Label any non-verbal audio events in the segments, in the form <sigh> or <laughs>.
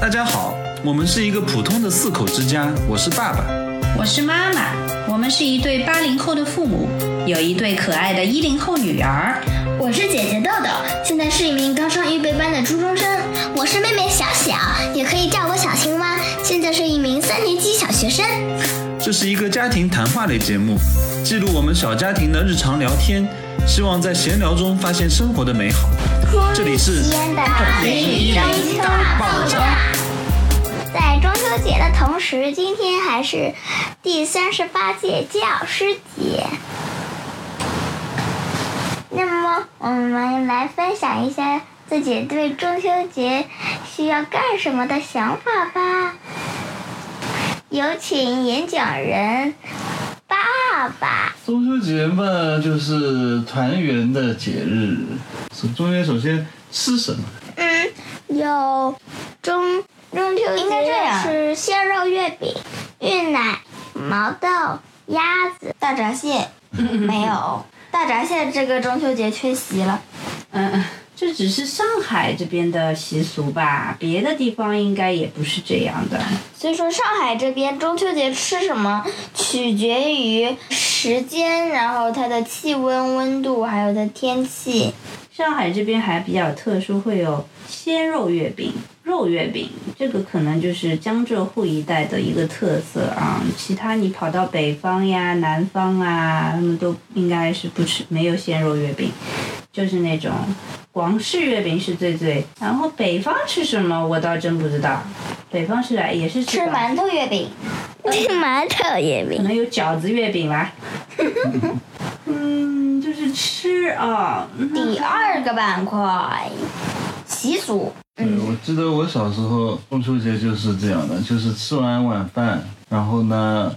大家好，我们是一个普通的四口之家，我是爸爸。我是妈妈，我们是一对八零后的父母，有一对可爱的一零后女儿。我是姐姐豆豆，现在是一名刚上预备班的初中生。我是妹妹小小，也可以叫我小青蛙，现在是一名三年级小学生。这是一个家庭谈话类节目，记录我们小家庭的日常聊天，希望在闲聊中发现生活的美好。这里是在中秋节的同时，今天还是第三十八届教师节。那么，我们来分享一下自己对中秋节需要干什么的想法吧。有请演讲人爸爸。中秋节嘛，就是团圆的节日。首中秋首先吃什么？嗯，有中中秋应该这样节是蟹肉月饼、芋奶、毛豆、鸭子。大闸蟹没有，大闸蟹这个中秋节缺席了。嗯，这只是上海这边的习俗吧，别的地方应该也不是这样的。所以说，上海这边中秋节吃什么，取决于时间，然后它的气温、温度，还有它的天气。上海这边还比较特殊，会有鲜肉月饼、肉月饼，这个可能就是江浙沪一带的一个特色啊。其他你跑到北方呀、南方啊，他们都应该是不吃，没有鲜肉月饼，就是那种广式月饼是最最。然后北方吃什么，我倒真不知道。北方是来也是吃广馒头月饼，馒头月可饼。能有饺子月饼吧。 <laughs> 嗯，就是吃啊，第二个板块，习俗。对，我记得我小时候中秋节就是这样的，就是吃完晚饭，然后呢，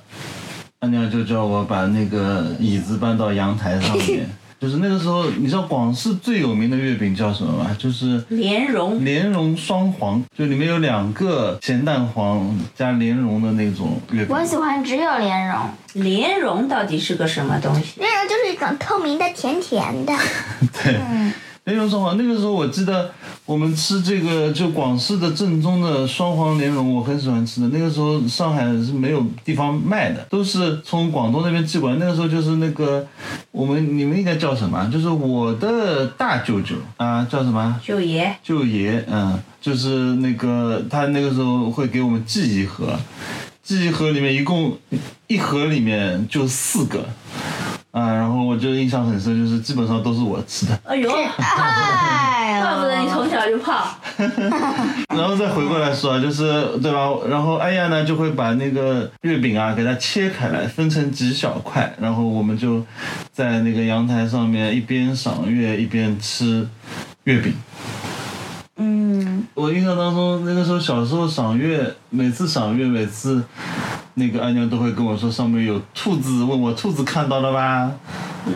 阿娘就叫我把那个椅子搬到阳台上面。就是那个时候，你知道广式最有名的月饼叫什么吗？就是莲蓉莲蓉双黄，就里面有两个咸蛋黄加莲蓉的那种月饼我。喜欢只有莲蓉，莲蓉到底是个什么东西？那种就是一种透明的、甜甜 <laughs> 的。对，莲蓉双黄。那个时候我记得我们吃这个就广式的正宗的双黄莲蓉，我很喜欢吃的。那个时候上海是没有地方卖的，都是从广东那边寄过来。那个时候就是那个我们你们应该叫什么？就是我的大舅舅啊，叫什么？舅爷，舅爷，嗯，就是那个他那个时候会给我们寄一盒，寄一盒里面一共一盒里面就四个，啊，然后我就印象很深，就是基本上都是我吃的，哎呦，怪哎呦，不得你从小就胖。然后再回过来说，啊就是对吧？然后哎呀呢就会把那个月饼啊给它切开来，分成几小块，然后我们就在那个阳台上面一边赏月一边吃月饼。嗯，我印象当中，那个时候小时候赏月，每次赏月，每次那个阿娘都会跟我说上面有兔子，问我兔子看到了吧？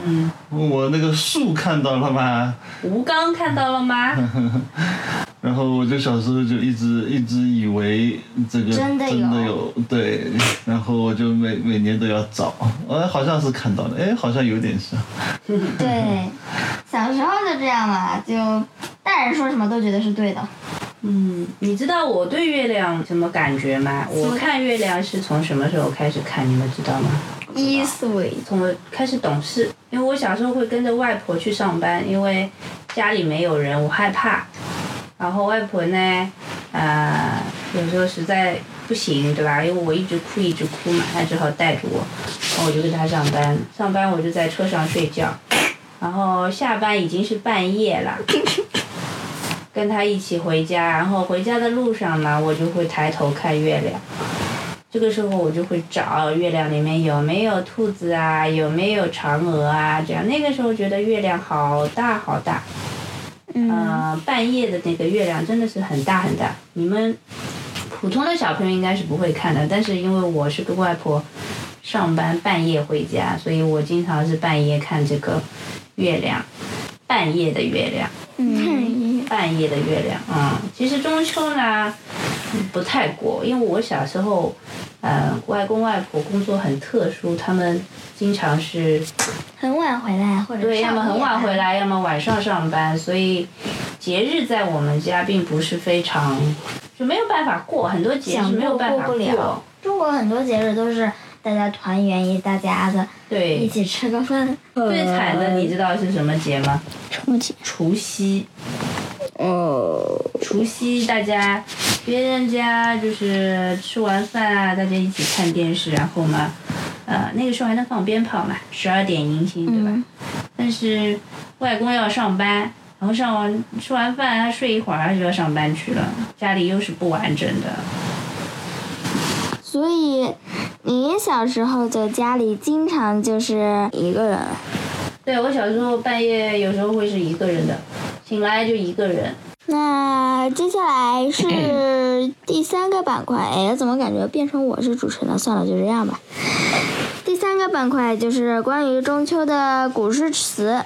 嗯，问我那个树看到了吧？吴刚看到了吗？然后我就小时候就一直一直以为这个真的有有对，然后我就每每年都要找，哎，好像是看到了，哎，好像有点像，对，小时候就这样嘛，就大人说什么都觉得是对的。嗯，你知道我对月亮什么感觉吗？我看月亮是从什么时候开始看？你们知道吗？一岁，从我开始懂事，因为我小时候会跟着外婆去上班，因为家里没有人，我害怕。然后外婆呢，呃，有时候实在不行，对吧？因为我一直哭一直哭嘛，她只好带着我，然后我就跟她上班，上班我就在车上睡觉，然后下班已经是半夜了。跟她一起回家，然后回家的路上呢，我就会抬头看月亮。这个时候我就会找哦月亮里面有没有兔子啊，有没有嫦娥啊，这样。那个时候觉得月亮好大好大，嗯、半夜的那个月亮真的是很大很大。你们普通的小朋友应该是不会看的，但是因为我是跟外婆上班半夜回家，所以我经常是半夜看这个月亮，半夜的月亮。嗯半夜的月亮啊、嗯。其实中秋呢嗯不太过，因为我小时候，呃，外公外婆工作很特殊，他们经常是很晚回来或者对，上要么很夜晚班回来，要么晚上上班，所以节日在我们家并不是非常，就就没有办法过，很多节是没有办法想过过不了中国很多节日都是大家团圆一大家子一对，起吃个饭。最惨的你知道是呃什么节吗？重庆除夕，哦，除夕大家别人家就是吃完饭啊，大家一起看电视，然后嘛，呃，那个时候还能放鞭炮嘛，十二点迎新对吧？嗯但是外公要上班，然后上完吃完饭他睡一会儿，他就要上班去了，家里又是不完整的。所以你小时候就家里经常就是一个人，对我小时候半夜有时候会是一个人的，醒来就一个人。那接下来是第三个板块，哎，怎么感觉变成我是主持人了？算了，就这样吧。第三个板块就是关于中秋的古诗词，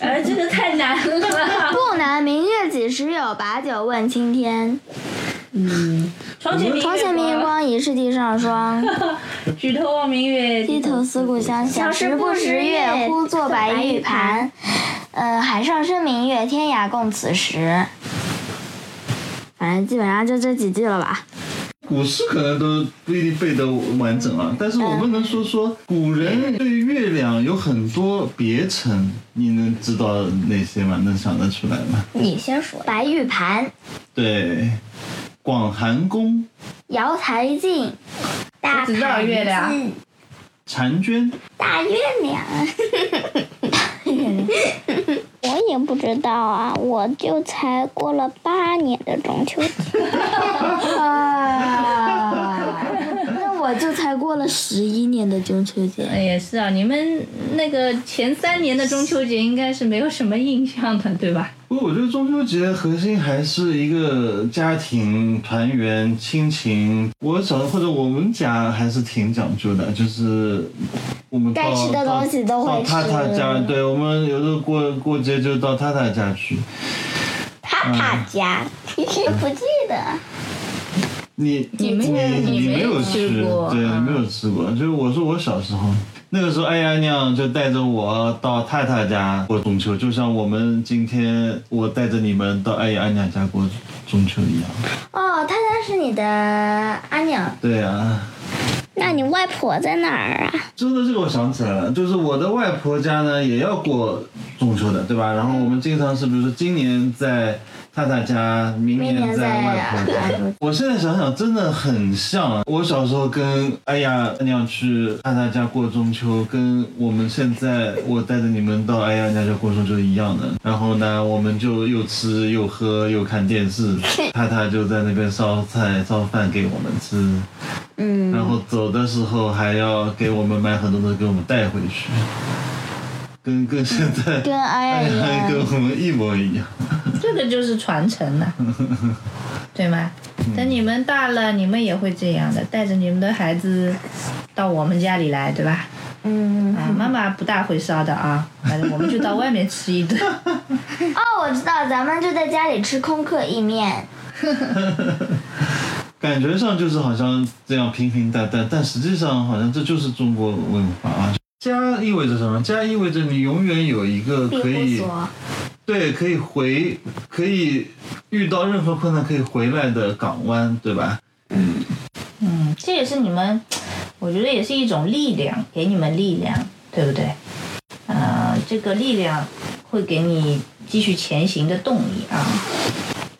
哎，这个太难了。不难，明月几时有，把酒问青天。嗯，床前床前明月光，光，疑是地上 <laughs> 霜。举头望哦明月，低头思故乡，小小时时不不识识月月，呼作白白玉玉盘。呃，海上生明月，天涯共此时。反正基本上就这几句了吧。古诗可能都不一定背得完整嗯啊，但是我们能说说古人对月亮有很多别称，你能知道哪些吗？能想得出来吗？你先说。白玉盘，对，广寒宫、瑶台镜，我只知道月啊亮。嗯婵娟、大月 <laughs> 亮。我也不知道啊，我就才过了八年的中秋节。啊，那我就才过了十一年的中秋节。也是啊，你们那个前三年的中秋节应该是没有什么印象的，对吧？不过我觉得中秋节核心还是一个家庭团圆、亲情。我小或者我们家还是挺讲究的，就是我们到该吃的东西都会到到吃太太家，对我们有时候过过节就到太太家去。怕怕家，你是不记得？你你没有你你没没有吃过对，啊你没有吃过。就是我说我小时候，那个时候哎呀娘就带着我到太太家过中秋，就像我们今天我带着你们到哎呀娘家过中秋一样。哦，太太是你的阿娘。对啊。那你外婆在哪儿啊？说到这个，我想起来了，就是我的外婆家呢也要过中秋的，对吧？然后嗯我们经常是，比如说今年在太太家，明明年年在在外婆外家婆。我现在想想，真的很像啊！我小时候跟哎呀那样去太太家过中秋，跟我们现在我带着你们到哎呀那家过中秋一样的。然后呢，我们就又吃又喝又看电 <laughs> 视，太太就在那边烧菜烧饭给我们吃。嗯然后走的时候还要给我们买很多东西给我们带回去，跟跟现在跟阿啊哎呀一呀样跟我们一模一样。这个就是传承 <laughs> 了，对吗？嗯等你们大了，你们也会这样的，带着你们的孩子到我们家里来，对吧？嗯， <laughs> 啊，妈妈不大会烧的啊，反正我们就到外面吃一顿。哦，我知道，咱们就在家里吃空客意面。感觉上就是好像这样平平淡淡，但实际上好像这就是中国文化啊。家意味着什么？家意味着你永远有一个可以对可以回可以遇到任何困难可以回来的港湾，对吧？嗯，这也是你们，我觉得也是一种力量，给你们力量，对不对？呃，这个力量会给你继续前行的动力啊，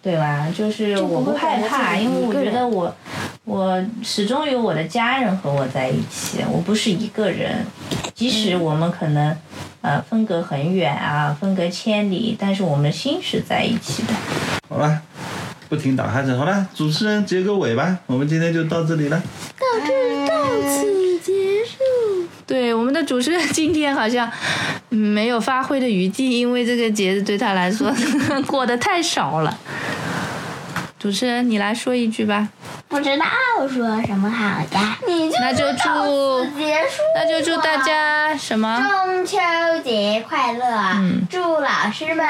对吧？就是就不我会不害感觉怕，自己因为一我觉个得人我我始终有我的家人和我在一起，我不是一个人。即嗯使我们可能呃分隔很远啊，分隔千里，但是我们心是在一起的。好吧，不停打哈欠，好了，主持人结个尾吧，我们今天就到这里了。哎对，我们的主持人今天好像嗯没有发挥的余地，因为这个节日对他来说 <laughs> 过得太少了。主持人，你来说一句吧，不知道说什么好呀？你就那就祝结束。那就祝大家什么？中秋节快乐！嗯祝老师们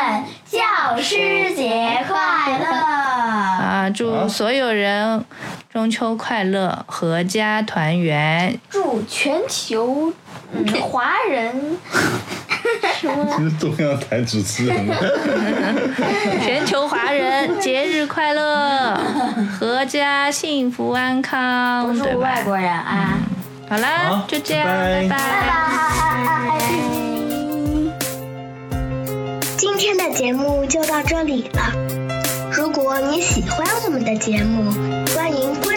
教师节快 <laughs> 乐！啊，祝所有人中秋快乐，阖家 <laughs> 团圆。祝全球、嗯、华人这是中央台主持人吗？全球华人节日快乐，阖家幸福安康，对吧？外国人啊。好啦好，就这样，拜拜嗯拜拜今天的节目就到这里了。如果你喜欢我们的节目，欢迎关